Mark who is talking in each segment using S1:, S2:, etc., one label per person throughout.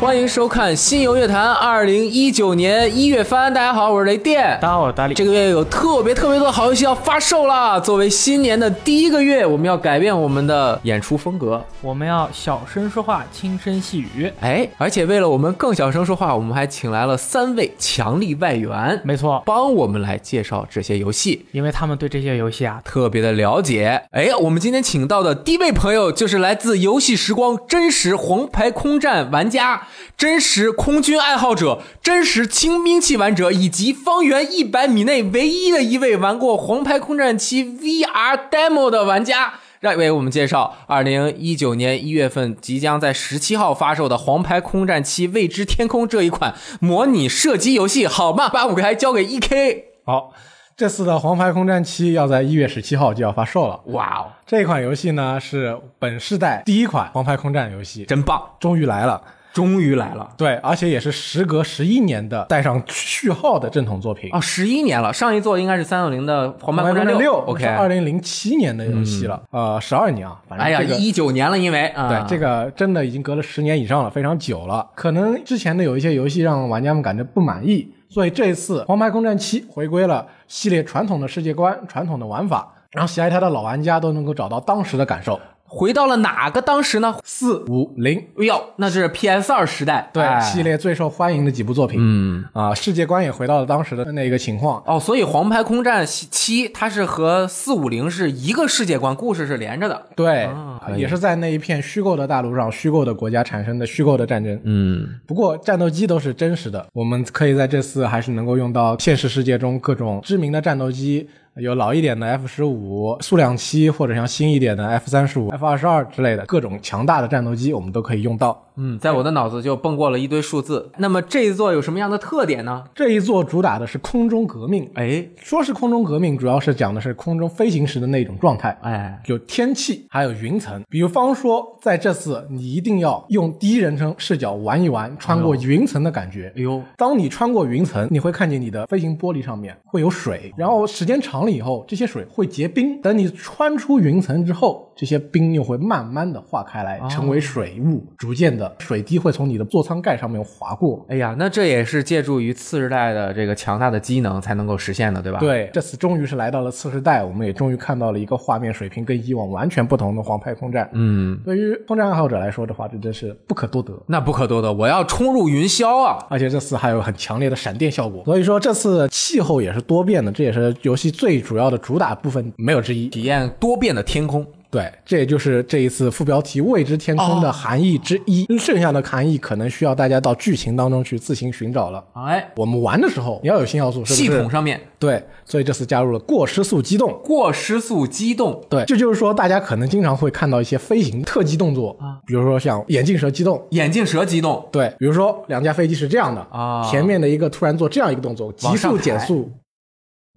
S1: 欢迎收看《新游乐坛》二零一九年一月番。大家好，我是雷电。
S2: 大家好，我是大力。
S1: 这个月有特别特别多的好游戏要发售啦！作为新年的第一个月，我们要改变我们的演出风格。
S2: 我们要小声说话，轻声细语。
S1: 哎，而且为了我们更小声说话，我们还请来了三位强力外援，
S2: 没错，
S1: 帮我们来介绍这些游戏，
S2: 因为他们对这些游戏啊，
S1: 特别的了解。哎，我们今天请到的第一位朋友就是来自游戏时光真实黄牌空战玩家、真实空军爱好者、真实轻兵器玩者以及方圆一百米内唯一的一位玩过黄牌空战七 VR demo 的玩家。让为我们介绍二零一九年一月份即将在十七号发售的《黄牌空战七：未知天空》这一款模拟射击游戏，好吗？把舞台交给 E K。
S3: 好，这次的《黄牌空战七》要在一月十七号就要发售了。
S1: 哇哦，
S3: 这款游戏呢是本世代第一款黄牌空战游戏，
S1: 真棒！
S3: 终于来了。
S1: 终于来了
S3: 对，而且也是时隔十一年的带上序号的正统作品。
S1: 啊！十一年了，上一座应该是三六零的《黄牌
S3: 黄牌
S1: 空
S3: 空
S1: 战
S3: 战
S1: 六》。
S3: 是二
S1: OK，
S3: 零零七年的游戏了，呃，十二年啊，反正
S1: 哎呀，
S3: 这个
S1: 一九年了，因为啊，
S3: 对，这个真的已经隔了十年以上了，非常久了。可能之前的有一些游戏让玩家们感觉不满意，所以这一次《黄牌空战七》回归了系列传统的世界观、传统的玩法，让喜爱它的老玩家都能够找到当时的感受。
S1: 回到了哪个当时呢？
S3: 四五零，
S1: 哎呦，那是 PS 二时代，
S3: 对、
S1: 哎
S3: 系列最受欢迎的几部作品，
S1: 嗯，
S3: 啊、世界观也回到了当时的那个情况。
S1: 哦，所以《黄牌空战七》它是和四五零是一个世界观，故事是连着的。
S3: 对、
S1: 啊
S3: 啊
S1: 可以
S3: 也是在那一片虚构的大陆上、虚构的国家产生的虚构的战争。
S1: 嗯，
S3: 不过战斗机都是真实的，我们可以在这次还是能够用到现实世界中各种知名的战斗机，有老一点的 F 十五、数量七，或者像新一点的 F 三十五、F 二十二之类的各种强大的战斗机，我们都可以用到。
S1: 嗯，在我的脑子就蹦过了一堆数字。那么这一座有什么样的特点呢？
S3: 这一座主打的是空中革命，
S1: 哎
S3: 说是空中革命，主要是讲的是空中飞行时的那种状态。
S1: 哎，
S3: 有天气，还有云层。比方说，在这次你一定要用第一人称视角玩一玩，穿过云层的感觉。
S1: 哎呦，
S3: 当你穿过云层，你会看见你的飞行玻璃上面会有水，然后时间长了以后，这些水会结冰。等你穿出云层之后，这些冰又会慢慢的化开来，成为水雾，逐渐的水滴会从你的座舱盖上面划过。
S1: 哎呀，那这也是借助于次世代的这个强大的机能才能够实现的，对吧？，
S3: 对，这次终于是来到了次世代，我们也终于看到了一个画面水平跟以往完全不同的黄牌空战。
S1: 嗯，
S3: 对于空战爱好者来说的话，这真是不可多得。
S1: 那不可多得，我要冲入云霄啊！
S3: 而且这次还有很强烈的闪电效果，所以说这次气候也是多变的，这也是游戏最主要的主打部分没有之一。
S1: 体验多变的天空，
S3: 对，这也就是这一次副标题“未知天空”的含义之一。
S1: 哦
S3: 剩下的含义可能需要大家到剧情当中去自行寻找了。
S1: 哎，
S3: 我们玩的时候也要有新要素，是不是？
S1: 系统上面
S3: 对，所以这次加入了过失速机动。
S1: 过失速机动，
S3: 对，这就是说大家可能经常会看到一些飞行特技动作，
S1: 啊
S3: 比如说像眼镜蛇机动，
S1: 眼镜蛇机动，
S3: 对，比如说两架飞机是这样的
S1: 啊
S3: 前面的一个突然做这样一个动作，急
S1: 往上
S3: 速减
S1: 抬
S3: 速，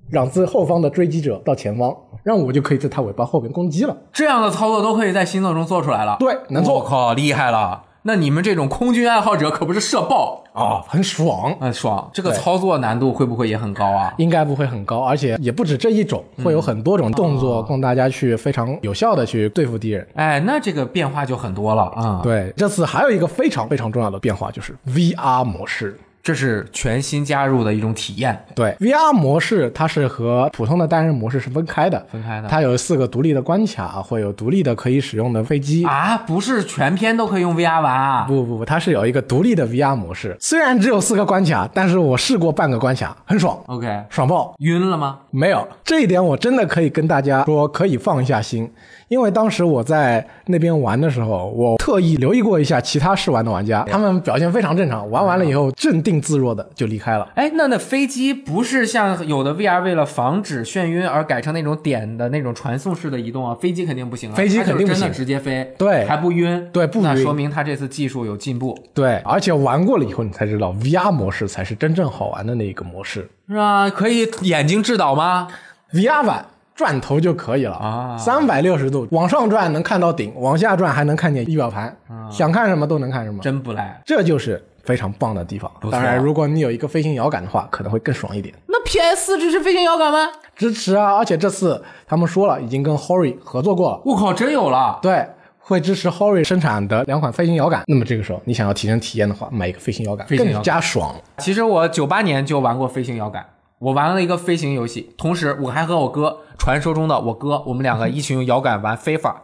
S3: 让自后方的追击者到前方，让我就可以在它尾巴后边攻击了。
S1: 这样的操作都可以在新作中做出来了。
S3: 对能做
S1: 我靠，厉害了！那你们这种空军爱好者可不是社爆
S3: 啊，很爽，
S1: 啊、哦爽！这个
S3: 对
S1: 操作难度会不会也很高啊？
S3: 应该不会很高，而且也不止这一种，会有很多种动
S1: 啊
S3: 作供大家去非常有效的去对付敌人。
S1: 哎，那这个变化就很多了啊、，
S3: 对，这次还有一个非常非常重要的变化就是 VR 模式。
S1: 这是全新加入的一种体验。
S3: 对，VR 模式它是和普通的单人模式是分开的，
S1: 分开的
S3: 它有四个独立的关卡，会有独立的可以使用的飞机
S1: 啊，不是全篇都可以用 VR 玩啊？
S3: 不不不，它是有一个独立的 VR 模式，虽然只有四个关卡，但是我试过半个关卡，很爽，
S1: OK，
S3: 爽爆！
S1: 晕了吗？
S3: 没有这一点，我真的可以跟大家说，可以放一下心，因为当时我在那边玩的时候，我特意留意过一下其他试玩的玩家，他们表现非常正常，玩完了以后镇定自若的就离开了。
S1: 哎，那那飞机不是像有的 VR 为了防止眩晕而改成那种点的那种传送式的移动啊？飞机肯定不行啊，
S3: 飞机肯定不
S1: 它
S3: 行
S1: 就是真的直接飞，
S3: 对
S1: 还不晕，
S3: 对不
S1: 那
S3: 晕
S1: 说明它这次技术有进步，
S3: 对，而且玩过了以后，你才知道 VR 模式才是真正好玩的那一个模式。
S1: 是吧？可以眼睛制导吗？
S3: VR 版转头就可以了
S1: 啊
S3: 三百六十度往上转能看到顶，往下转还能看见仪表盘，想看什么都能看什么，
S1: 啊真不赖。
S3: 这就是非常棒的地方
S1: 不。错
S3: 当然，如果你有一个飞行摇杆的话，可能会更爽一点。
S1: 那 PS 支持飞行摇杆吗？
S3: 支持啊！而且这次他们说了，已经跟 Hori 合作过了，
S1: 我靠，真有了！
S3: 对。会支持 Hori 生产的两款飞行摇杆。那么这个时候，你想要提升体验的话，买一个飞行摇杆
S1: 飞行摇杆
S3: 更加爽。
S1: 其实我九八年就玩过飞行摇杆，我玩了一个飞行游戏，同时我还和我哥，传说中的我哥，我们两个一起用摇杆玩非法。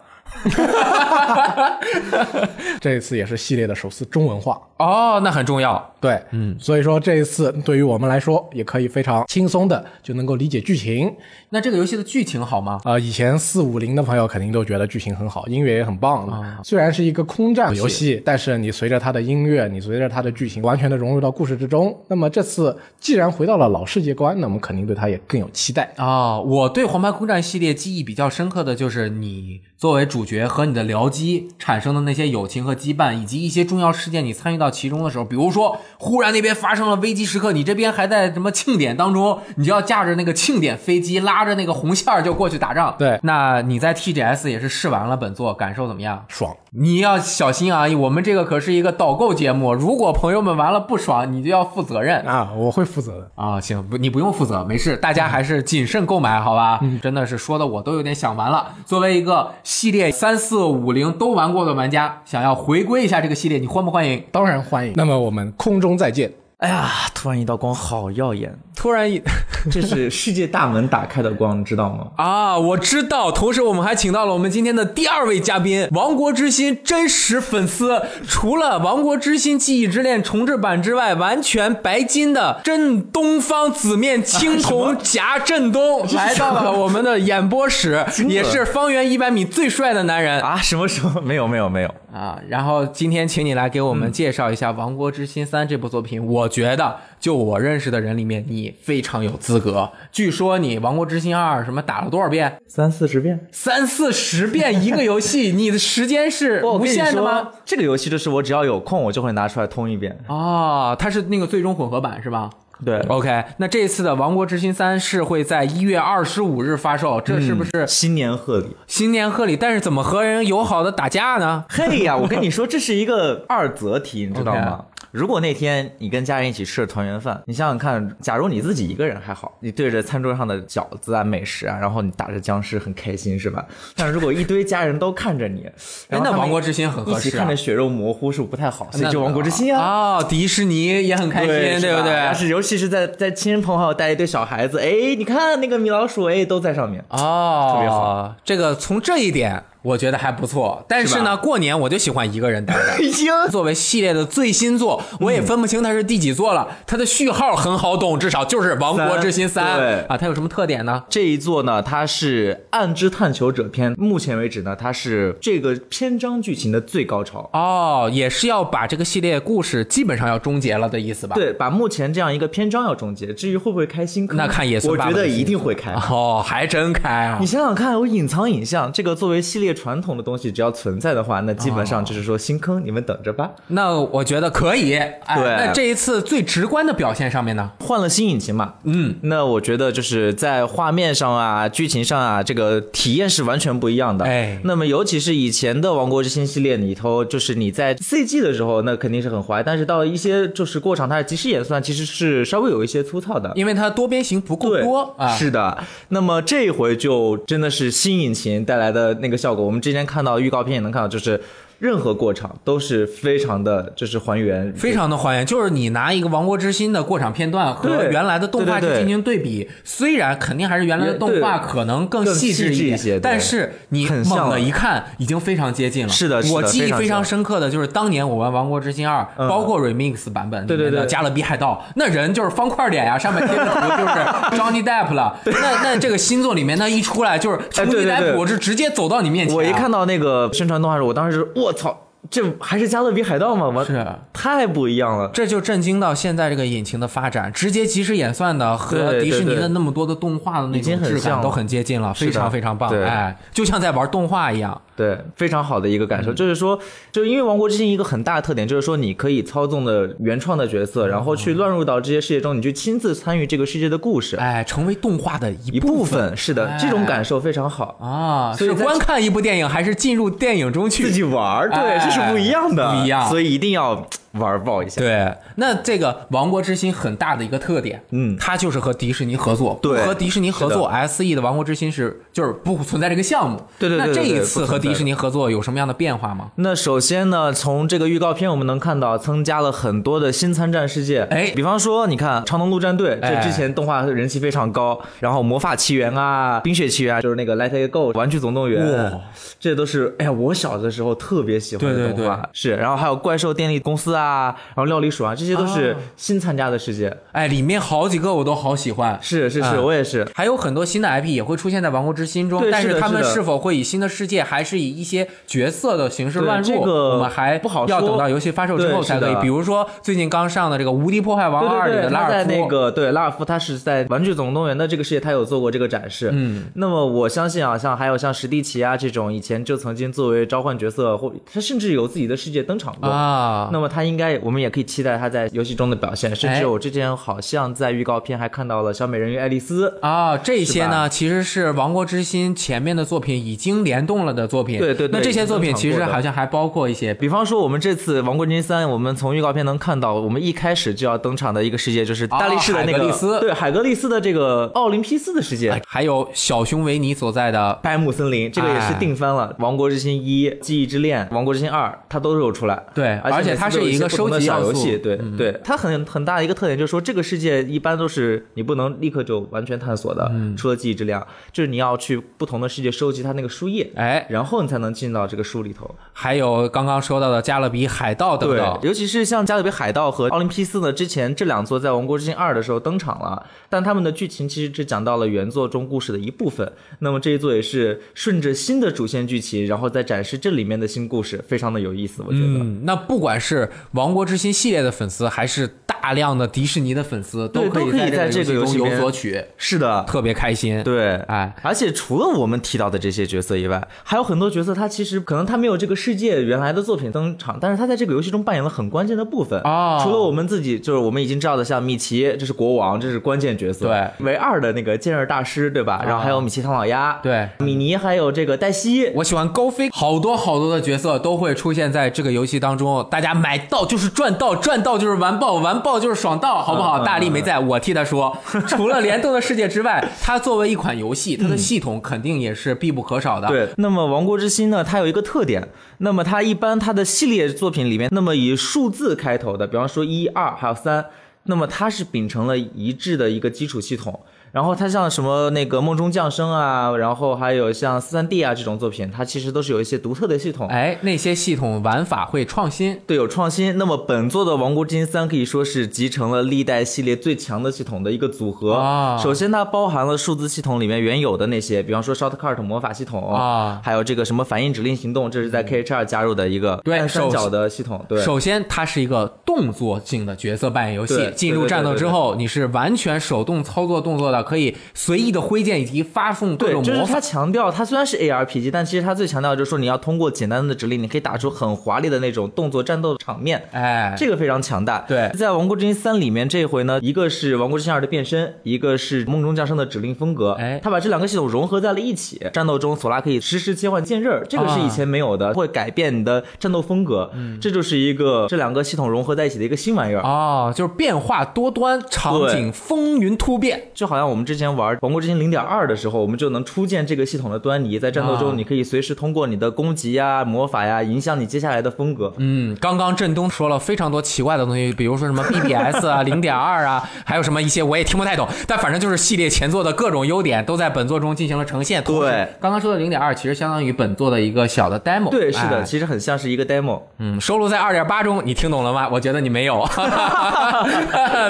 S3: 这一次也是系列的首次中文化。
S1: 哦，那很重要。
S3: 对，嗯，所以说这一次对于我们来说，也可以非常轻松的就能够理解剧情。
S1: 那这个游戏的剧情好吗？
S3: 呃，以前四五零的朋友肯定都觉得剧情很好，音乐也很棒的。虽然是一个空战游戏，但是你随着它的音乐，你随着它的剧情，完全的融入到故事之中。那么这次既然回到了老世界观，那我们肯定对它也更有期待。
S1: 啊、我啊对《黄牌空战》系列记忆比较深刻的就是你作为主角和你的僚机产生的那些友情和羁绊，以及一些重要事件你参与到其中的时候，比如说忽然那边发生了危机时刻，你这边还在什么庆典当中，你就要驾着那个庆典飞机拉着那个红线儿就过去打仗。
S3: 对
S1: 那你在 TGS 也是试玩了本作，感受怎么样？
S3: 爽，
S1: 你要小心啊！我们这个可是一个导购节目，如果朋友们玩了不爽，你就要负责任。
S3: 啊，我会负责的。
S1: 啊、行，不，你不用负责，没事，大家还是谨慎购买，好吧？真的是说的我都有点想完了。作为一个系列三四五零都玩过的玩家，想要回归一下这个系列，你欢不欢迎？
S3: 当然欢迎。那么我们空中再见。
S4: 哎呀，突然一道光好耀眼，
S1: 突然一？
S4: 这是世界大门打开的光，你知道吗
S1: 啊，我知道。同时，我们还请到了我们今天的第二位嘉宾——王国之心真实粉丝。除了《王国之心：记忆之恋》重置版之外，完全白金的正东方紫面青铜夹振东来到了我们的演播室，
S4: 额
S1: 也是方圆一百米最帅的男人
S4: 啊，什么什么？没有没有没有，
S1: 啊！然后今天请你来给我们介绍一下《王国之心三》这部作品。我觉得，就我认识的人里面，你非常有资格。据说你《王国之心二》什么打了多少遍？
S4: 三四十遍。
S1: 三四十遍一个游戏，你的时间是
S4: 我
S1: 无
S4: 跟你
S1: 限的
S4: 说
S1: 吗？，
S4: 这个游戏就是我只要有空，我就会拿出来通一遍。哦
S1: 哦，它是那个最终混合版是吧
S4: 对，
S1: ？OK，那这次的《王国之心三》是会在一月二十五日发售，这是不是
S4: 新年贺礼。
S1: 新年贺礼？但是怎么和人友好的打架呢？
S4: 嘿 呀，我跟你说，这是一个二择题，你知道吗？如果那天你跟家人一起吃了团圆饭，你想想看，假如你自己一个人还好，你对着餐桌上的饺子啊、美食啊，然后你打着僵尸很开心，是吧？但如果一堆家人都看着你，
S1: 哎
S4: 然，后
S1: 那《
S4: 他们
S1: 王国之心》很
S4: 一
S1: 合
S4: 起
S1: 适
S4: 看
S1: 啊
S4: 着。血肉模糊是不太好，所以
S1: 那
S4: 就王国之心啊。
S1: 哦，迪士尼也很开心，对
S4: 是吧
S1: 不对？
S4: 要是尤其是在在亲人朋好友带一堆小孩子，哎，你看那个米老鼠，哎，都在上面。
S1: 哦，
S4: 特别
S1: 好。这个从这一点我觉得还不错，但是呢，过年我就喜欢一个人待着。
S4: 已经
S1: 作为系列的最新作，
S4: 嗯
S1: 我也分不清它是第几座了。它的序号很好懂，至少就是《王国之心三
S4: 三》对
S1: 啊。它有什么特点呢？
S4: 这一作呢，它是《暗之探求者》篇，目前为止呢，它是这个篇章剧情的最高潮。
S1: 哦，也是要把这个系列故事基本上要终结了的意思吧？。
S4: 对，把目前这样一个篇章要终结，至于会不会开心，可能
S1: 那看野村
S4: 我
S1: 爸爸
S4: 觉
S1: 的
S4: 得
S1: 心
S4: 一定会开。
S1: 哦，还真开啊
S4: 你！想想看，有隐藏影像这个作为系列传统的东西，只要存在的话，那基本
S1: 哦
S4: 上就是说新坑，你们等着吧。
S1: 那我觉得可以。哎，
S4: 对
S1: 那这一次最直观的表现上面呢？
S4: 换了新引擎嘛，
S1: 嗯，
S4: 那我觉得就是在画面上啊、剧情上啊，这个体验是完全不一样的。
S1: 哎
S4: 那么尤其是以前的《王国之心》系列里头，就是你在 CG 的时候，那肯定是很滑，但是到一些就是过场它的即时演算，其实是稍微有一些粗糙的。
S1: 因为它多边形不够
S4: 对
S1: 多啊。
S4: 是的。那么这一回就真的是新引擎带来的那个效果，我们之前看到预告片也能看到，就是任何过场都是非常的，就是还原，
S1: 非常的还原，就是你拿一个《王国之心》的过场片段和
S4: 对
S1: 原来的动画
S4: 对
S1: 去
S4: 对对
S1: 进行对比，虽然肯定还是原来的动画
S4: 对
S1: 可能更
S4: 更
S1: 细致
S4: 细致
S1: 一
S4: 一些
S1: 点，
S4: 对
S1: 但是你
S4: 很像
S1: 猛
S4: 了
S1: 的一看，已经非常接近了。
S4: 是的是的
S1: 我记
S4: 非
S1: 忆
S4: 常
S1: 非常
S4: 像
S1: 深刻的就是当年我玩《王国之心二》，
S4: 嗯
S1: 包括 remix 版本，
S4: 对对对
S1: 加勒比海盗》，那人就是方块脸呀，上面贴的图就是 Johnny Depp 了。那那这个新作里面，那一出来就是
S4: 哎
S1: Johnny
S4: 对对对
S1: Depp，我是直接走到你面前啊，
S4: 我一看到那个宣传动画的时，候，我当时是我操，这还是加啊勒比海盗吗？我
S1: 是
S4: 太不一样了。
S1: 这就震惊到现在这个引擎的发展，直接即时演算的和
S4: 对
S1: 迪士尼
S4: 对
S1: 的
S4: 对
S1: 那么多的动画的那
S4: 已经
S1: 种
S4: 很
S1: 质
S4: 像
S1: 感
S4: 了
S1: 都很接近了，非
S4: 是的
S1: 常非常棒，
S4: 对
S1: 哎，就像在玩动画一样。
S4: 对，非常好的一个感受，就是说，就是因为《王国之心》一个很大的特点，就是说你可以操纵的原创的角色，然后去乱入到这些世界中，你去亲自参与这个世界的故事，
S1: 哎，成为动画的一
S4: 一部分哎是的
S1: 哎，
S4: 这种感受非常好。
S1: 啊，
S4: 所以
S1: 是
S4: 在
S1: 观看一部电影还是进入电影中去？
S4: 自己玩儿，对，
S1: 哎
S4: 这是不一样的，
S1: 不一样
S4: 所以一定要玩爆一下。
S1: 对，那这个《王国之心》很大的一个特点，
S4: 嗯
S1: 它就是和迪士尼合作，
S4: 对
S1: 不和迪士尼合
S4: 是
S1: 作，S E 的《王国之心》是就是不存在这个项目。
S4: 对对对对
S1: 那这
S4: 对
S1: 一
S4: 不
S1: 次和
S4: 存在
S1: 迪士尼合作有什么样的变化吗？
S4: 那首先呢，从这个预告片我们能看到，增加了很多的新参战世界。
S1: 哎
S4: 比方说，你看《长龙陆战队》，
S1: 哎
S4: 这之前动画人气非常高，然后《魔法奇缘》啊，《冰雪奇缘》啊，就是那个《Let It Go》，《玩具总动员》
S1: 哇
S4: 这都是哎呀，我小的时候特别喜欢
S1: 对
S4: 的
S1: 对
S4: 动画。
S1: 对
S4: 是，然后还有《怪兽电力公司》啊，然后《料理鼠》啊，这些都是新参加的世界。
S1: 哎，里面好几个我都好喜欢，
S4: 是是是，
S1: 嗯
S4: 我也是。
S1: 还有很多新的 IP 也会出现在《王国之心》中，
S4: 对
S1: 但
S4: 是的
S1: 他们
S4: 是的
S1: 是否会以新的世界，还是以一些角色的形式
S4: 对
S1: 乱入，
S4: 这个
S1: 我们还
S4: 不好
S1: 要
S4: 说
S1: 等到游戏发售之
S4: 对
S1: 后
S4: 是
S1: 才可以。
S4: 的
S1: 比如说最近刚上的这个《无敌破坏王二》里
S4: 对
S1: 的
S4: 对对，
S1: 拉
S4: 他
S1: 尔
S4: 在
S1: 夫，
S4: 那个对拉尔夫，他是在《玩具总动员》的这个世界，他有做过这个展示。
S1: 嗯，
S4: 那么我相信啊，像还有像史蒂奇啊这种，以前就曾经作为召唤角色，或他甚至有自己的世界登场过。
S1: 啊，
S4: 那么他应该，我们也可以期待他在游戏中的表现。甚
S1: 哎
S4: 至我之前好像在预告片还看到了小美人鱼爱丽丝。
S1: 啊，这些
S4: 是
S1: 呢，其实是《王国之心》前面的作品已经联动了的作品。
S4: 对对对
S1: 那这些作品
S4: 已经
S1: 其实
S4: 登场过的
S1: 好像还包括一些，
S4: 比方说，我们这次《王国之心三》，我们从预告片能看到，我们一开始就要登场的一个世界就是大力士的那
S1: 啊海
S4: 个、
S1: 格力斯
S4: 对海格力斯的这个奥林匹斯的世界。
S1: 还有小熊维尼所在的
S4: 白木森林，这个也是
S1: 哎
S4: 定番了，王国之心一》《记忆之恋》《王国之心二》，它都有出来。
S1: 对而且
S4: 且
S1: 它
S4: 每次
S1: 是
S4: 都有
S1: 一个
S4: 些
S1: 收
S4: 不同的
S1: 集
S4: 小
S1: 要
S4: 游
S1: 素嗯
S4: 戏，对对，它很很大的一个特点就是说，这个世界一般都是你不能立刻就完全探索的，
S1: 嗯
S4: 除了《记忆之恋》，啊就是你要去不同的世界收集它那个书页，
S1: 哎，
S4: 然后你才能进到这个书里头。
S1: 还有刚刚说到的加勒比海盗等等。
S4: 尤其是像《加勒比海盗》和《奥林匹斯》呢，之前这两座在《王国之心二》的时候登场了，但他们的剧情其实只讲到了原作中故事的一部分。那么这一座也是顺着新的主线剧情，然后再展示这里面的新故事，非常的有意思，我觉得。
S1: 嗯，那不管是《王国之心》系列的粉丝，还是大量的迪士尼的粉丝，
S4: 对
S1: 可
S4: 都可以
S1: 在
S4: 在这个
S1: 游
S4: 游
S1: 戏
S4: 戏
S1: 中
S4: 里
S1: 有
S4: 面
S1: 所取，
S4: 是的，
S1: 特别开心。，
S4: 对，
S1: 哎，
S4: 而且除了我们提到的这些角色以外，还有很多角色，他其实可能他没有这个世界原来的作品登场，但是他在这个游戏中扮演了很关键的部分
S1: 哦
S4: 除了我们自己，就是我们已经知道的，像米奇，这是国王，这是关键角色，
S1: 对，啊
S4: 唯二的那个剑刃大师，对吧？然后还有米奇唐老鸭，
S1: 对
S4: 米妮，还有这个黛西，
S1: 我喜欢高飞，好多好多的角色都会出现在这个游戏当中。大家买到就是赚到，赚到就是完爆，完爆就是爽到，好不好？
S4: 嗯嗯
S1: 大力没在，我替他 说。除了联动的世界之外，它作为一款游戏，它的系统肯定也是必不可少的。，
S4: 嗯对，那么《王国之心》呢，它有一个特点，那么它一般它的系列作品里面，那么以数字开头的，比方说一、二还有三，那么它是秉承了一致的一个基础系统。然后它像什么那个梦中降生啊，然后还有像三 D 啊这种作品，它其实都是有一些独特的系统。
S1: 哎，那些系统玩法会创新。
S4: 对，有创新。那么本作的《王国之心三》可以说是集成了历代系列最强的系统的一个组合。
S1: 啊
S4: 首先它包含了数字系统里面原有的那些，比方说 shortcut 魔法系统
S1: 啊嗯
S4: 还有这个什么反应指令行动，这是在 KHR 加入的一个
S1: 对
S4: 单三
S1: 首
S4: 角的系统。对，
S1: 首先，它是一个动作性的角色扮演游戏
S4: 对。
S1: 进入战斗之
S4: 对对对对
S1: 后，你是完全手动操作动作的，可以随意的挥剑以及发送各
S4: 对，
S1: 种
S4: 就是
S1: 魔法
S4: 它。强调，它虽然是 ARPG，但其实它最强调就是说你要通过简单的指令，你可以打出很华丽的那种动作战斗场面。
S1: 哎，
S4: 这个非常强大。
S1: 对
S4: 在《王国之心三》里面，这回呢，一个是《王国之心二》的变身，一个是《梦中降生》的指令风格。
S1: 哎
S4: 他把这两个系统融合在了一起。战斗中，索拉可以实时切换剑刃儿，这个是以前没有的，会改变你的战斗风格。
S1: 嗯
S4: 这就是一个这两个系统融合在一起的一个新玩意儿。
S1: 哦，就是变化多端，场景风云突变。
S4: 就好像我们之前玩《王国之心零点二》的时候，我们就能初见这个系统的端倪。在战斗
S1: 啊
S4: 中，你可以随时通过你的攻击呀、魔法呀，影响你接下来的风格。
S1: 嗯，刚刚振东说了非常多奇怪的东西，比如 说什么 BBS 啊、零点二啊，还有什么一些我也听不太懂，但反正就是系列前作的各种优点都在本作中进行了呈现。同时
S4: 对，
S1: 刚刚说的零点二其实相当于本作的一个小的 demo。
S4: 对，是的，
S1: 哎
S4: 其实很像是一个 demo。
S1: 嗯，收录在二点八中，你听懂了吗？我觉得你没有，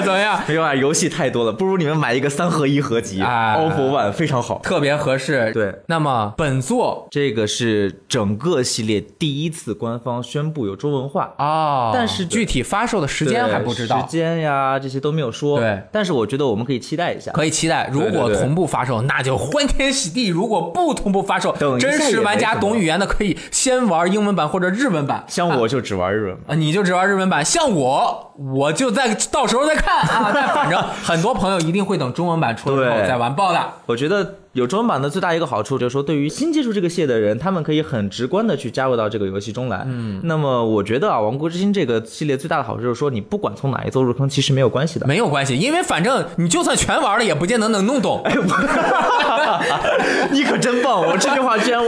S1: 怎么 样？
S4: 没有啊，游戏太多了，不如你们买一个三合一合集、
S1: 啊
S4: a l l for One 非常好。
S1: 特别合适。
S4: 对，
S1: 那么本作
S4: 这个是整个系列第一次官方宣布有中文化，
S1: 哦，
S4: 但是
S1: 具体发售的时间
S4: 对
S1: 还不知道
S4: 时，间呀这些都没有说。
S1: 对
S4: 但是我觉得我们可以期待一下。
S1: 可以期待，如果
S4: 对对对
S1: 同步发售，那就欢天喜地；如果不同步发售，
S4: 等一下
S1: 真
S4: 也
S1: 实玩家
S4: 没什么
S1: 懂语言的可以先玩英文版或者日文版。
S4: 像我就只玩日文。
S1: 啊，你就只玩日文 版，像我，我就在到时候再看啊。但反正很多朋友一定会等中文版版出来之后
S4: 对
S1: 再完爆的。
S4: 我觉得有中文版的最大一个好处就是说，对于新接触这个系列的人，他们可以很直观的去加入到这个游戏中来。嗯，那么我觉得啊，《王国之心》这个系列最大的好处就是说，你不管从哪一座入坑，其实没有关系的。
S1: 没有关系，因为反正你就算全玩了，也不见得能弄懂。
S4: 你可真棒！我这句话居 然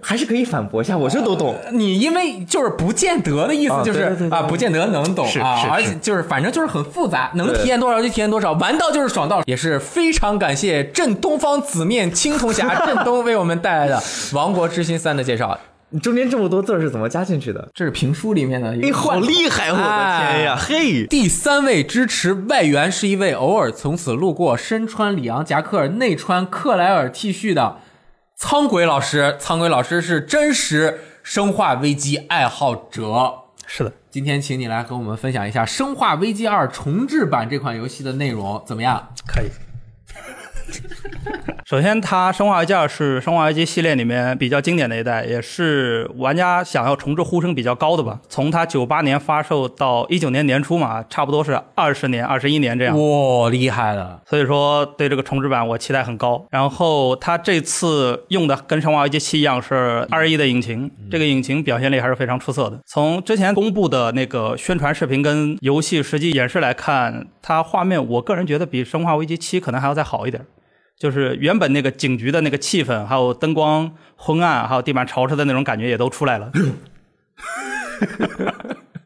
S4: 还是可以反驳一下，我这都懂。
S1: 你因为就是不见得的意思
S4: 啊，
S1: 就是
S4: 对对对对
S1: 啊，不见得能懂
S4: 是
S1: 啊
S4: 是，
S1: 而
S4: 是
S1: 且就是反正就是很复杂，能
S4: 对
S1: 体验多少就体验多少，玩到就是爽到，也是非常感谢镇东方紫面青铜侠镇东为我们带来的《王国之心三》的介绍，
S4: 你中间这么多字儿是怎么加进去的？
S1: 这是评书里面的一
S4: 哎，
S1: 个
S4: 好厉害！我的天呀，嘿，
S1: 第三位支持外援是一位偶尔从此路过、身穿里昂夹克、内穿克莱尔 T 恤的苍鬼老师。苍鬼老师是真实生化危机爱好者。
S5: 是的，
S1: 今天请你来和我们分享一下《生化危机二重置版》这款游戏的内容怎么样？
S5: 可以。 首先，它《生化危机二》是《生化危机》系列里面比较经典的一代，也是玩家想要重置呼声比较高的吧。从它九八年发售到一九年年初嘛，差不多是二十年、二十一年这样。
S1: 哇，厉害了！
S5: 所以说对这个重置版我期待很高。然后它这次用的跟《生化危机七》一样是二一的引擎，这个引擎表现力还是非常出色的。从之前公布的那个宣传视频跟游戏实际演示来看，它画面我个人觉得比《生化危机七》可能还要再好一点。就是原本那个警局的那个气氛，还有灯光昏暗，还有地板潮湿的那种感觉也都出来了。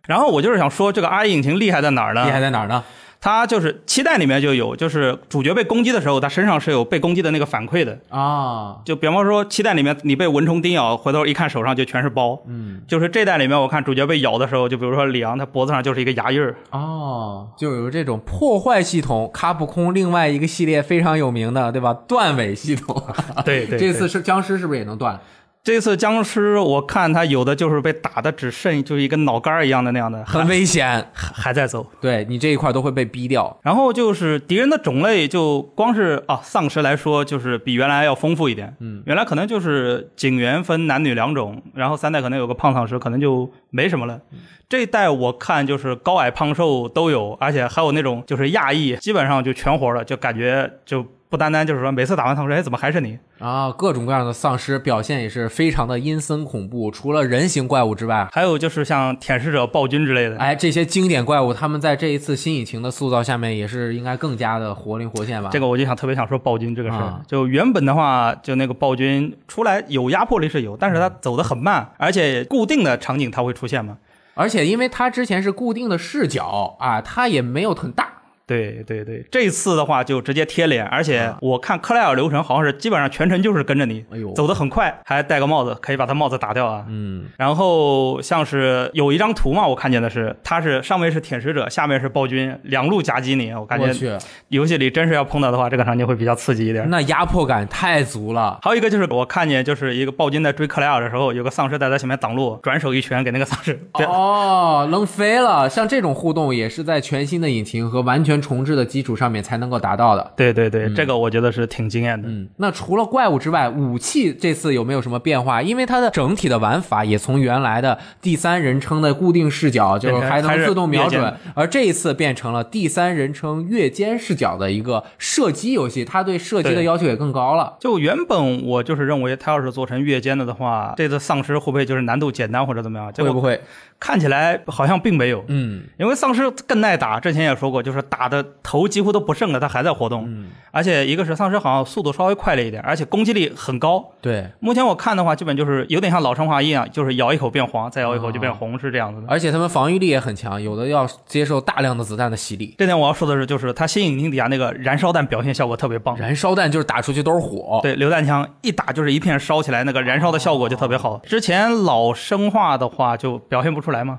S5: 然后我就是想说，这个 R 引擎厉害在哪儿呢？
S1: 厉害在哪儿呢？
S5: 它就是期待里面就有，就是主角被攻击的时候，他身上是有被攻击的那个反馈的。
S1: 啊，
S5: 就比方说，期待里面你被蚊虫叮咬，回头一看手上就全是包。
S1: 嗯，
S5: 就是这代里面，我看主角被咬的时候，就比如说里昂，他脖子上就是一个牙印儿。
S1: 哦，就有这种破坏系统，卡普空另外一个系列非常有名的，对吧？断尾系统，
S5: 对对
S1: 这次是僵尸是不是也能断？
S5: 这次僵尸，我看他有的就是被打的只剩就是一个脑干儿一样的那样的，还
S1: 很危险，
S5: 还在走。
S1: 对你这一块都会被逼掉。
S5: 然后就是敌人的种类，就光是啊丧尸来说，就是比原来要丰富一点。嗯，原来可能就是警员分男女两种，然后三代可能有个胖丧尸，可能就没什么了。这一代我看就是高矮胖瘦都有，而且还有那种就是亚裔，基本上就全活了，就感觉就不单单就是说每次打完丧尸，哎，怎么还是你？
S1: 啊，各种各样的丧尸表现也是非常的阴森恐怖，除了人形怪物之外，
S5: 还有就是像舔食者、暴君之类的。
S1: 哎，这些经典怪物，他们在这一次新引擎的塑造下面，也是应该更加的活灵活现吧？
S5: 这个我就想特别想说暴君这个事儿、
S1: 啊
S5: 就原本的话，就那个暴君出来有压迫力是有，但是他走得很慢，
S1: 嗯
S5: 而且固定的场景它会出现嘛？
S1: 而且因为它之前是固定的视角啊，它也没有很大。嗯
S5: 对对对，这次的话就直接贴脸，而且我看克莱尔流程好像是基本上全程就是跟着你，
S1: 啊哎呦
S5: 走得很快，还戴个帽子，可以把他帽子打掉啊。
S1: 嗯，
S5: 然后像是有一张图嘛，我看见的是，它是上面是舔食者，下面是暴君，两路夹击你。我感
S1: 我
S5: 觉
S1: 去，
S5: 游戏里真是要碰到的话，这个场景会比较刺激一点。
S1: 那压迫感太足了。
S5: 还有一个就是我看见就是一个暴君在追克莱尔的时候，有个丧尸在他前面挡路，转手一拳给那个丧尸。对
S1: 哦，扔飞了！像这种互动也是在全新的引擎和完全重置的基础上面才能够达到的。
S5: 对对对，这个我觉得是挺惊艳的。
S1: 嗯，那除了怪物之外，武器这次有没有什么变化？因为它的整体的玩法也从原来的第三人称的固定视角，就是还能自动瞄
S5: 还是
S1: 准
S5: 跃，
S1: 而这一次变成了第三人称跃肩视角的一个射击游戏，它对射击的
S5: 对
S1: 要求也更高了。
S5: 就原本我就是认为他要是做成越肩的的话，这次丧尸会不会就是难度简单或者怎么样？结
S1: 会不
S5: 果
S1: 会？
S5: 看起来好像并没有，
S1: 嗯，
S5: 因为丧尸更耐打，之前也说过，就是打的头几乎都不剩了，它还在活动。
S1: 嗯
S5: 而且一个是丧尸好像速度稍微快了一点，而且攻击力很高。
S1: 对，
S5: 目前我看的话，基本就是有点像老生化一样，就是咬一口变黄，再咬一口就
S1: 哦
S5: 变红，是这样子的。
S1: 而且他们防御力也很强，有的要接受大量的子弹的洗礼。
S5: 这点我要说的是，就是它新引擎底下那个燃烧弹表现效果特别棒。
S1: 燃烧弹就是打出去都是火，
S5: 对，榴弹枪一打就是一片烧起来，那个燃烧的效果就特别好。之前老生化的话就表现不出来嘛。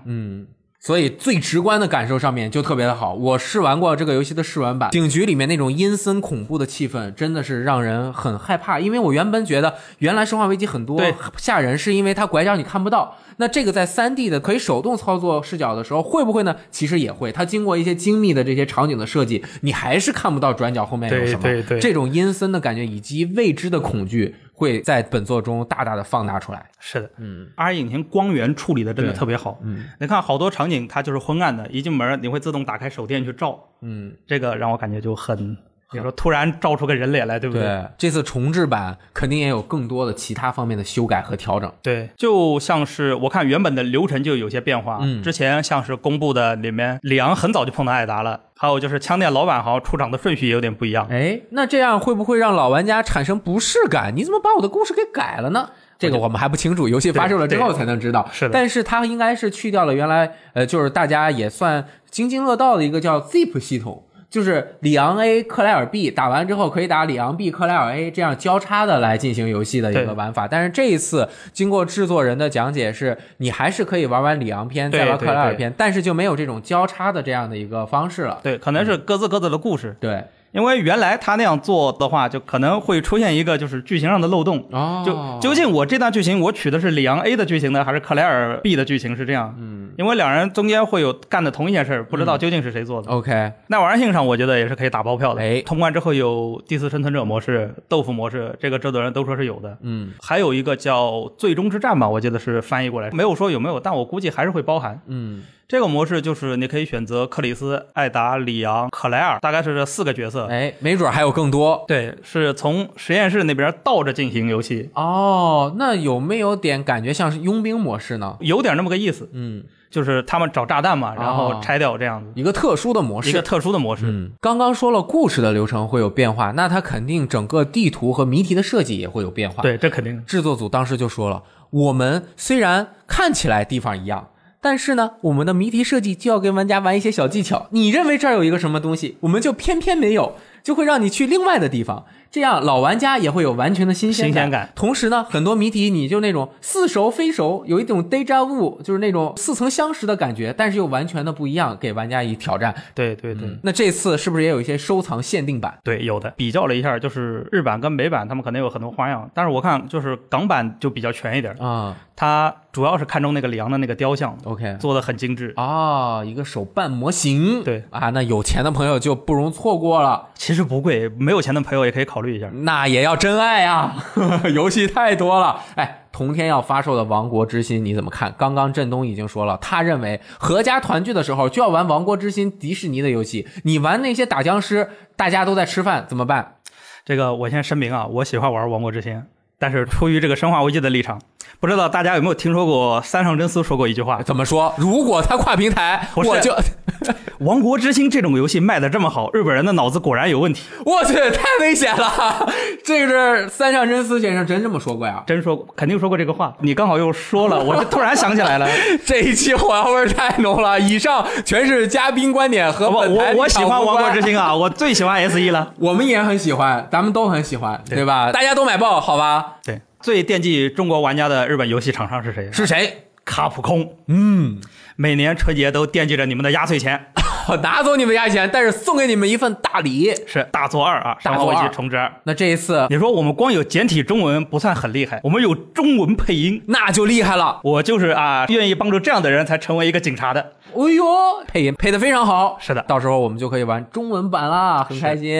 S1: 所以最直观的感受上面就特别的好。我试玩过这个游戏的试玩版，警局里面那种阴森恐怖的气氛真的是让人很害怕。因为我原本觉得原来生化危机很多
S5: 对
S1: 吓人是因为它拐角你看不到，那这个在3 D 的可以手动操作视角的时候会不会呢？其实也会，它经过一些精密的这些场景的设计，你还是看不到转角后面有什么。
S5: 对对对
S1: 这种阴森的感觉以及未知的恐惧会在本作中大大的放大出来。
S5: 是的，嗯，R 引擎光源处理的真的特别好。嗯，你看好多场景它就是昏暗的，一进门你会自动打开手电去照。嗯，这个让我感觉就很比如说突然照出个人脸来，对不对？
S1: 对，这次重置版肯定也有更多的其他方面的修改和调整。
S5: 对，就像是我看原本的流程就有些变化，
S1: 嗯
S5: 之前像是公布的里面，里昂很早就碰到艾达了，还有就是枪店老板好像出场的顺序也有点不一样。
S1: 哎，那这样会不会让老玩家产生不适感？你怎么把我的故事给改了呢？这个我们还不清楚，游戏发售了之后才能知道。
S5: 是的
S1: 但是它应该是去掉了原来呃，就是大家也算津津乐道的一个叫 zip 系统，就是里昂 A 克莱尔 B 打完之后可以打里昂 B 克莱尔 A 这样交叉的来进行游戏的一个
S5: 对
S1: 玩法。但是这一次经过制作人的讲解是，你还是可以玩完里昂篇再
S5: 对
S1: 玩克
S5: 对
S1: 莱尔
S5: 对
S1: 篇，但是就没有这种交叉的这样的一个方式了。
S5: 对，可能是各自各自的故事，
S1: 对，
S5: 因为原来他那样做的话，就可能会出现一个就是剧情上的漏洞。
S1: 哦，
S5: 就究竟我这段剧情我取的是里昂 A 的剧情呢，还是克莱尔 B 的剧情？是这样，嗯，因为两人中间会有干的同一件事儿，不知
S1: 嗯
S5: 道究竟是谁做的。
S1: OK，
S5: 耐玩性上，我觉得也是可以打包票的。
S1: 哎
S5: 通关之后有第四生存者模式、豆腐模式，这个制作人都说是有的。
S1: 嗯。
S5: 还有一个叫《最终之战》吧，我记得是翻译过来，没有说有没有，但我估计还是会包含。
S1: 嗯，
S5: 这个模式就是你可以选择克里斯、艾达、里昂、克莱尔，大概是这四个角色。
S1: 哎，没准儿还有更多
S5: 对，是从实验室那边倒着进行游戏，
S1: 哦。那有没有点感觉像是佣兵模式呢？
S5: 有点那么个意思，
S1: 嗯，
S5: 就是他们找炸弹嘛，然后拆掉这样子，
S1: 一个特殊的模
S5: 一个
S1: 式。
S5: 特殊的模式。
S1: 啊哦嗯，刚刚说了故事的流程会有变化，那它肯定整个地图和谜题的设计也会有变化。，
S5: 对，这肯定。
S1: 制作组当时就说了，我们虽然看起来地方一样。但是呢，我们的谜题设计就要跟玩家玩一些小技巧。你认为这儿有一个什么东西，我们就偏偏没有，就会让你去另外的地方。这样老玩家也会有完全的新鲜
S5: 新鲜感
S1: 同时呢，很多谜题你就那种似熟非熟，有一种 deja vu，就是那种似曾相识的感觉，但是又完全的不一样，给玩家以挑战。
S5: 对对对。
S1: 那这次是不是也有一些收藏限定版？
S5: 对，有的比较了一下，就是日版跟美版，他们可能有很多花样，但是我看就是港版就比较全一点，
S1: 啊、
S5: 它主要是看中那个里昂的那个雕像，
S1: o k
S5: 做的很精致。
S1: 哦，一个手办模型，
S5: 对
S1: 啊，那有钱的朋友就不容错过了，
S5: 其实不贵，没有钱的朋友也可以考虑一下。
S1: 那也要真爱呀， 游戏太多了。哎，同天要发售的《王国之心》你怎么看？刚刚振东已经说了，他认为合家团聚的时候就要玩《王国之心》迪士尼的游戏，你玩那些打僵尸，大家都在吃饭怎么办？
S5: 这个我先声明啊，我喜欢玩《王国之心》，但是出于这个《生化危机》的立场，不知道大家有没有听说过三上真司说过一句话：“
S1: 怎么说？如果他跨平台，
S5: 不是
S1: 我就，
S5: 王国之心这种游戏卖的这么好，日本人的脑子果然有问题。
S1: 我去，太危险了！ 这个是三上真司先生真这么说过呀”？
S5: 真说肯定说过这个话，你刚好又说了，我是突然想起来了。
S1: 这一期火药味儿太浓了，以上全是嘉宾观点和
S5: 好吧，
S1: 本台
S5: 我我
S1: 立
S5: 喜
S1: 场
S5: 欢《
S1: 无
S5: 王
S1: 关
S5: 国之。心》啊，我最喜欢 S E 了。
S1: 我们也很喜欢，咱们都很喜欢，对吧？大家都买爆，好吧？
S5: 对，最惦记中国玩家的日本游戏厂商是谁？
S1: 是谁？
S5: 卡普空。嗯，每年春节都惦记着你们的压岁钱，
S1: 拿走你们家钱，但是送给你们一份大礼。
S5: 是大作二啊，
S1: 大
S5: 上
S1: 作
S5: 回
S1: 二
S5: 去重置二。
S1: 那这一次
S5: 你说我们光有简体中文不算很厉害，我们有中文配音。
S1: 那就厉害了，
S5: 我就是啊，愿意帮助这样的人才成为一个警察的。
S1: 哎呦，配音配的非常好。
S5: 是的
S1: 到时候我们就可以玩中文版啦，很开心。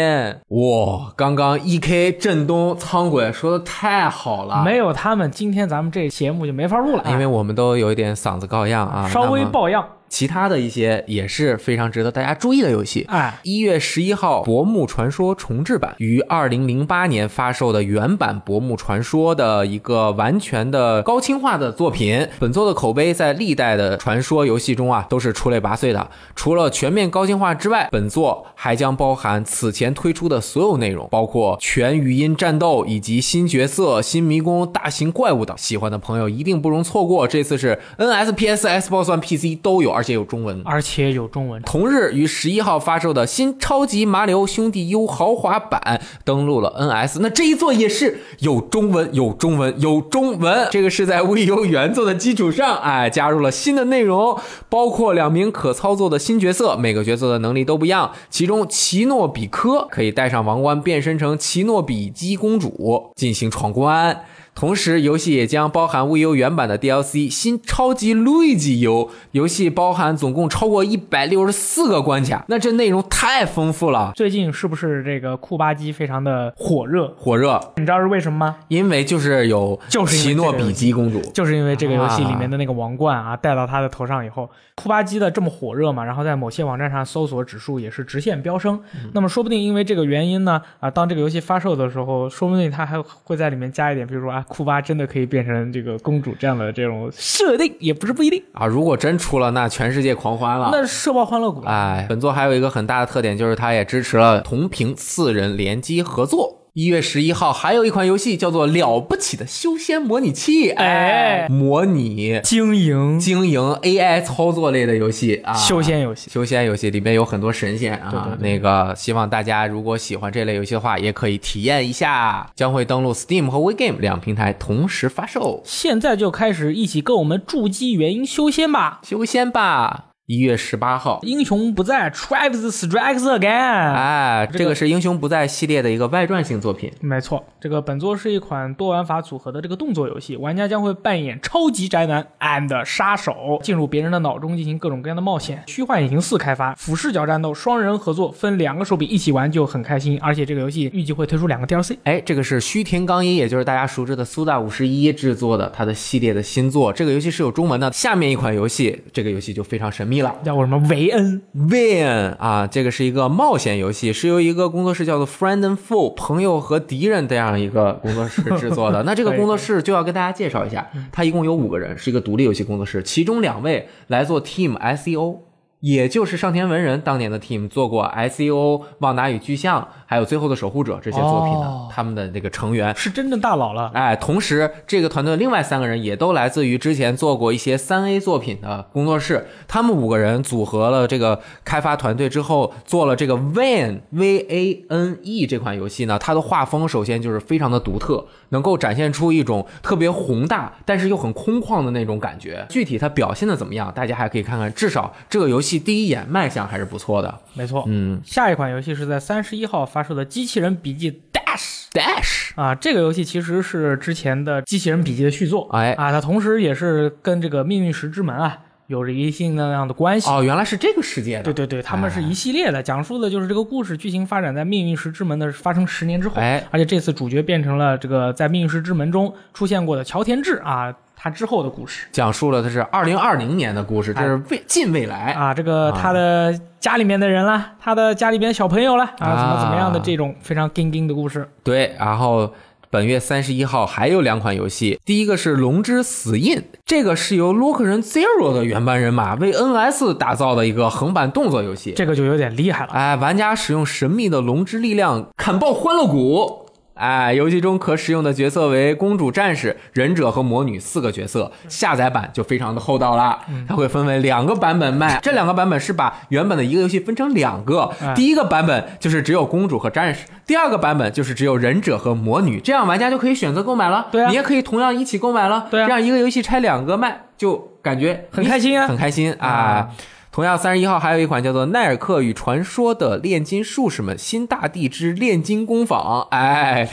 S1: 哇，刚刚 E K 振东苍鬼说的太好了，
S2: 没有他们，今天咱们这节目就没法录了，
S1: 因为我们都有一点嗓子高样啊，
S2: 稍微
S1: 那么
S2: 抱恙。
S1: 其他的一些也是非常值得大家注意的游戏。
S2: 哎，
S1: 一月十一号，《薄暮传说》重置版于二零零八年发售的原版《薄暮传说》的一个完全的高清化的作品。本作的口碑在历代的传说游戏中啊都是出类拔萃的。除了全面高清化之外，本作还将包含此前推出的所有内容，包括全语音战斗以及新角色、新迷宫、大型怪物等。喜欢的朋友一定不容错过。这次是 NS、PS、Xbox One、PC 都有，而且有中文。
S2: 而且有中文。
S1: 同日于十一号发售的新《超级马里奥兄弟 U 豪华版》登陆了 NS，那这一座也是有中文，有中文，有中文。这个是在 w U 原作的基础上，哎，加入了新的内容，包括两名可操作的新角色，每个角色的能力都不一样。其中奇诺比科可以戴上王冠，变身成奇诺比基公主进行闯关。同时，游戏也将包含 VU 原版的 DLC 新超级路易吉游。游戏包含总共超过一百六十四个关卡，那这内容太丰富了，
S2: 最近是不是这个库巴基非常的火热？
S1: 火热！
S2: 你知道是为什么吗？
S1: 因为就是有
S2: 就是因为
S1: 奇诺比基公主，
S2: 就是因为这个游戏里面的那个王冠啊，戴到他的头上以后，库巴基的这么火热嘛，然后在某些网站上搜索指数也是直线飙升。那么说不定因为这个原因呢，啊，当这个游戏发售的时候，说不定他还会在里面加一点，比如说啊，库巴真的可以变成这个公主这样的这种设定，也不是不一定。
S1: 啊！如果真出了，那全世界狂欢了。
S2: 那社爆欢乐谷，啊
S1: 哎，本作还有一个很大的特点，就是它也支持了同屏四人联机合作。一月十一号，还有一款游戏叫做《了不起的修仙模拟器》，
S2: 哎
S1: 模拟
S2: 经营
S1: 经营 AI 操作类的游戏啊，
S2: 修仙游戏，
S1: 修仙游戏里面有很多神仙啊，那个希望大家如果喜欢这类游戏的话，也可以体验一下。将会登陆 Steam 和 WeGame 两平台同时发售，
S2: 现在就开始一起跟我们筑基元婴修仙吧。
S1: 修仙吧！一月十八号，
S2: 英雄不在，Travis strikes again。
S1: 哎，
S2: 这
S1: 这
S2: 个
S1: 个是《英雄不在》系列的一个外传性作品。
S2: 没错，这个本作是一款多玩法组合的这个动作游戏，玩家将会扮演超级宅男 and 杀手，进入别人的脑中进行各种各样的冒险。虚幻引擎四开发，俯视角战斗，双人合作，分两个手柄一起玩就很开心。而且这个游戏预计会推出两个 DLC。
S1: 哎，这个是须田刚一，也就是大家熟知的苏大五十一制作的他的系列的新作。这个游戏是有中文的。下面一款游戏，这个游戏就非常神秘了。
S2: 叫我什么维恩？
S1: Win 啊，这个是一个冒险游戏，是由一个工作室叫做 Friend and Foe 朋友和敌人这样一个工作室制作的。那这个工作室就要跟大家介绍一下，它一共有五个人，是一个独立游戏工作室，其中两位来做 Team SEO。也就是上田文人当年的 team 做过 SEO、旺达与巨像，还有《最后的守护者》这些作品的，
S2: 哦
S1: 他们的这个成员
S2: 是真正大佬了。
S1: 哎，同时这个团队的另外三个人也都来自于之前做过一些三 A 作品的工作室。他们五个人组合了这个开发团队之后，做了这个 Van V A N E 这款游戏呢，它的画风首先就是非常的独特，能够展现出一种特别宏大但是又很空旷的那种感觉。具体它表现的怎么样，大家还可以看看。至少这个游戏第一眼卖相还是不错的。
S2: 没错，
S1: 嗯
S2: 下一款游戏是在三十一号发售的《机器人笔记 Dash》。
S1: ，Dash，
S2: 啊，这个游戏其实是之前的《机器人笔记》的续作，
S1: 哎
S2: 啊，它同时也是跟这个《命运石之门》啊有着一定的那样的关系。
S1: 哦，原来是这个世界的。哎
S2: 对对对，他们是一系列的，讲述的就是这个故事剧情发展在《命运石之门》的发生十年之后，
S1: 哎
S2: 而且这次主角变成了这个在《命运石之门》中出现过的乔田智啊，他之后的故事
S1: 讲述了它是二零二零年的故事，这是未近未来。
S2: 啊，这个他的家里面的人啦，他的家里边的小朋友啦，啊，怎么怎么样的
S1: 啊
S2: 这种非常硬硬的故事。
S1: 对，然后本月三十一号还有两款游戏，第一个是《龙之死印》，这个是由洛克人 Zero 的原班人马为 NS 打造的一个横版动作游戏。
S2: 这个就有点厉害了，
S1: 哎，玩家使用神秘的龙之力量砍爆欢乐谷。哎，游戏中可使用的角色为公主、战士、忍者和魔女四个角色。下载版就非常的厚道啦，
S2: 嗯
S1: 它会分为两个版本卖。这两个版本是把原本的一个游戏分成两个
S2: 哎，
S1: 第一个版本就是只有公主和战士，第二个版本就是只有忍者和魔女。这样玩家就可以选择购买了，
S2: 对啊
S1: 你也可以同样一起购买了。
S2: 对啊
S1: 这样一个游戏拆两个卖，就感觉
S2: 很开心啊
S1: 很开心啊。同样，三十一号还有一款叫做《奈尔克与传说的炼金术士们：新大地之炼金工坊》， 哎，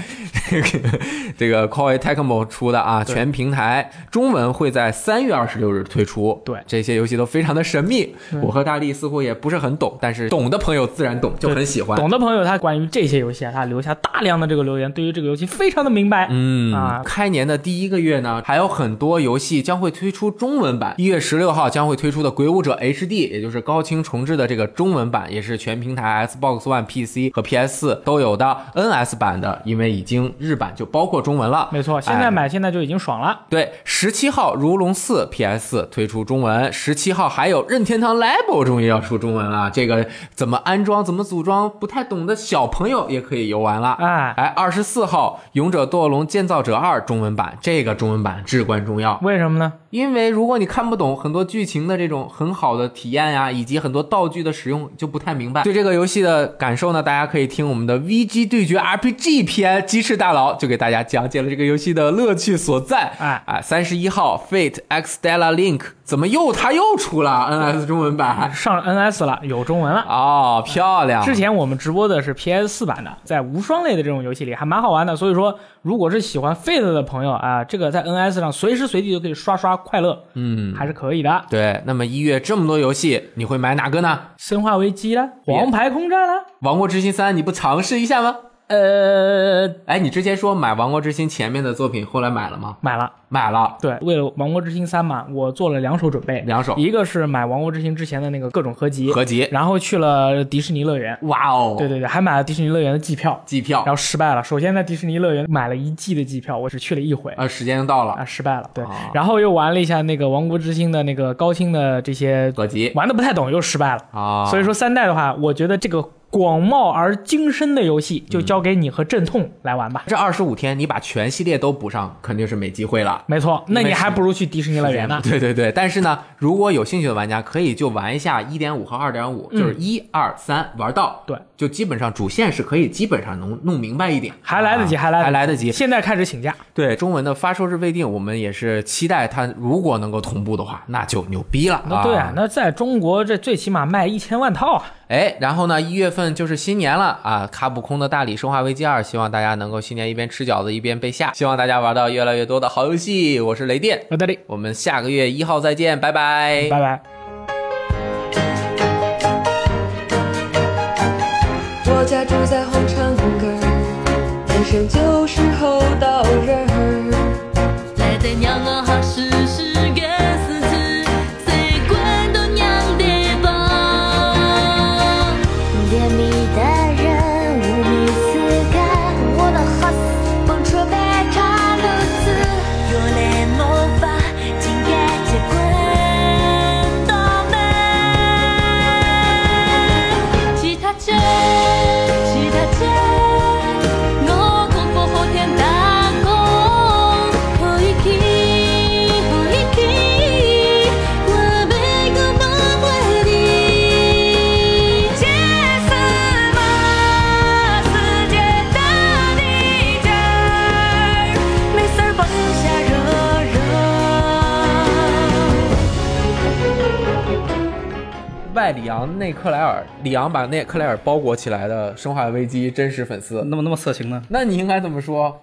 S1: 这个这个 Koei Tecmo 出的啊，全平台中文会在三月二十六日推出。
S2: 对
S1: 这些游戏都非常的神秘，我和大力似乎也不是很懂，但是懂的朋友自然懂，就很喜欢。
S2: 懂的朋友，他关于这些游戏啊，他留下大量的这个留言，对于这个游戏非常的明白。
S1: 嗯
S2: 啊
S1: 开年的第一个月呢，还有很多游戏将会推出中文版。一月十六号将会推出的《鬼武者 HD》，也就是高清重制的这个中文版，也是全平台 Xbox One、PC 和 PS 4都有的 NS 版的，因为已经日版就包括中文了。
S2: 没错，现在
S1: 哎
S2: 买现在就已经爽了。
S1: 对，十七号《如龙四》PS 推出中文，十七号还有任天堂 Labo 终于要出中文了。这个怎么安装、怎么组装，不太懂的小朋友也可以游玩了。
S2: 哎，
S1: 哎，二十四号《勇者斗恶龙：建造者二》中文版，这个中文版至关重要，
S2: 为什么呢？
S1: 因为如果你看不懂很多剧情的这种很好的体验呀、以及很多道具的使用，就不太明白。对这个游戏的感受呢，大家可以听我们的 VG 对决 RPG 篇，鸡翅大佬就给大家讲解了这个游戏的乐趣所在。
S2: 哎
S1: 啊，三十一号 Fate X Stella Link 怎么又它又出了 NS 中文版？
S2: 上 NS 了，有中文了。
S1: 哦，漂亮！
S2: 之前我们直播的是 PS 四版的，在无双类的这种游戏里还蛮好玩的。所以说，如果是喜欢 Fate 的朋友啊，这个在 NS 上随时随地就可以刷刷快乐，嗯，还是可以的。
S1: 对，那么一月这么多游戏，你会买哪个呢？
S2: 生化危机啦，
S1: 别
S2: 王牌空战啦，
S1: 《王国之心三》，你不尝试一下吗？
S2: 呃，
S1: 哎，你之前说买《王国之心》前面的作品，后来买了吗？
S2: 买了。
S1: 买了。
S2: 对，为了《王国之心三》嘛，我做了两手准备，
S1: 两手
S2: 一个是买《王国之心》之前的那个各种合集，
S1: 合集
S2: 然后去了迪士尼乐园，
S1: 哇哦，
S2: 对，对对，还买了迪士尼乐园的季票，
S1: 机票
S2: 然后失败了。首先在迪士尼乐园买了一季的季票，我只去了一回，
S1: 啊，时间到
S2: 啊，
S1: 了，
S2: 失败了。对
S1: 哦，
S2: 然后又玩了一下那个《王国之心》的那个高清的这些，
S1: 合集
S2: 玩的不太懂，又失败了。
S1: 啊，
S2: 所以说三代的话，我觉得这个广袤而精深的游戏
S1: 嗯
S2: 就交给你和阵痛来玩吧。
S1: 这二十五天你把全系列都补上，肯定是没机会了。
S2: 没错，那
S1: 没
S2: 你
S1: 事
S2: 还不如去迪士尼乐园呢。
S1: 对对对，但是呢，如果有兴趣的玩家可以就玩一下一点五和二点五，就是一二三玩到，
S2: 嗯对，
S1: 就基本上主线是可以基本上能弄明白一点，
S2: 还来得及，
S1: 啊
S2: 还来
S1: 还来得及，
S2: 现在开始请假，
S1: 对中文的发售日未定，我们也是期待它如果能够同步的话，那就牛逼了
S2: 那对啊，那在中国这最起码卖一千万套啊！
S1: 哎，然后呢，一月份就是新年了啊！卡普空的大礼《生化危机二》，希望大家能够新年一边吃饺子一边被吓，希望大家玩到越来越多的好游戏。我是雷电，
S2: 我这里，
S1: 我们下个月一号再见，拜拜。
S2: 拜拜。
S6: 我家住在红城根儿，人生就是厚道人儿。
S7: 来得娘啊，好试试个四次，最管都娘的吧。
S8: 怜悯的人无名此干，我的好死蹦出白茶路子。
S7: 若来魔法，竟该接管倒霉。吉他姐，吉他姐，我功夫好天打工，好一起，好一起，我每个梦为你。杰斯玛，世界大地震，没事儿蹦下热热。
S1: 外里昂内克莱尔，里昂把内克莱尔包裹起来的《生化危机》真实粉丝，
S5: 那么那么色情呢？
S1: 那你应该怎么说？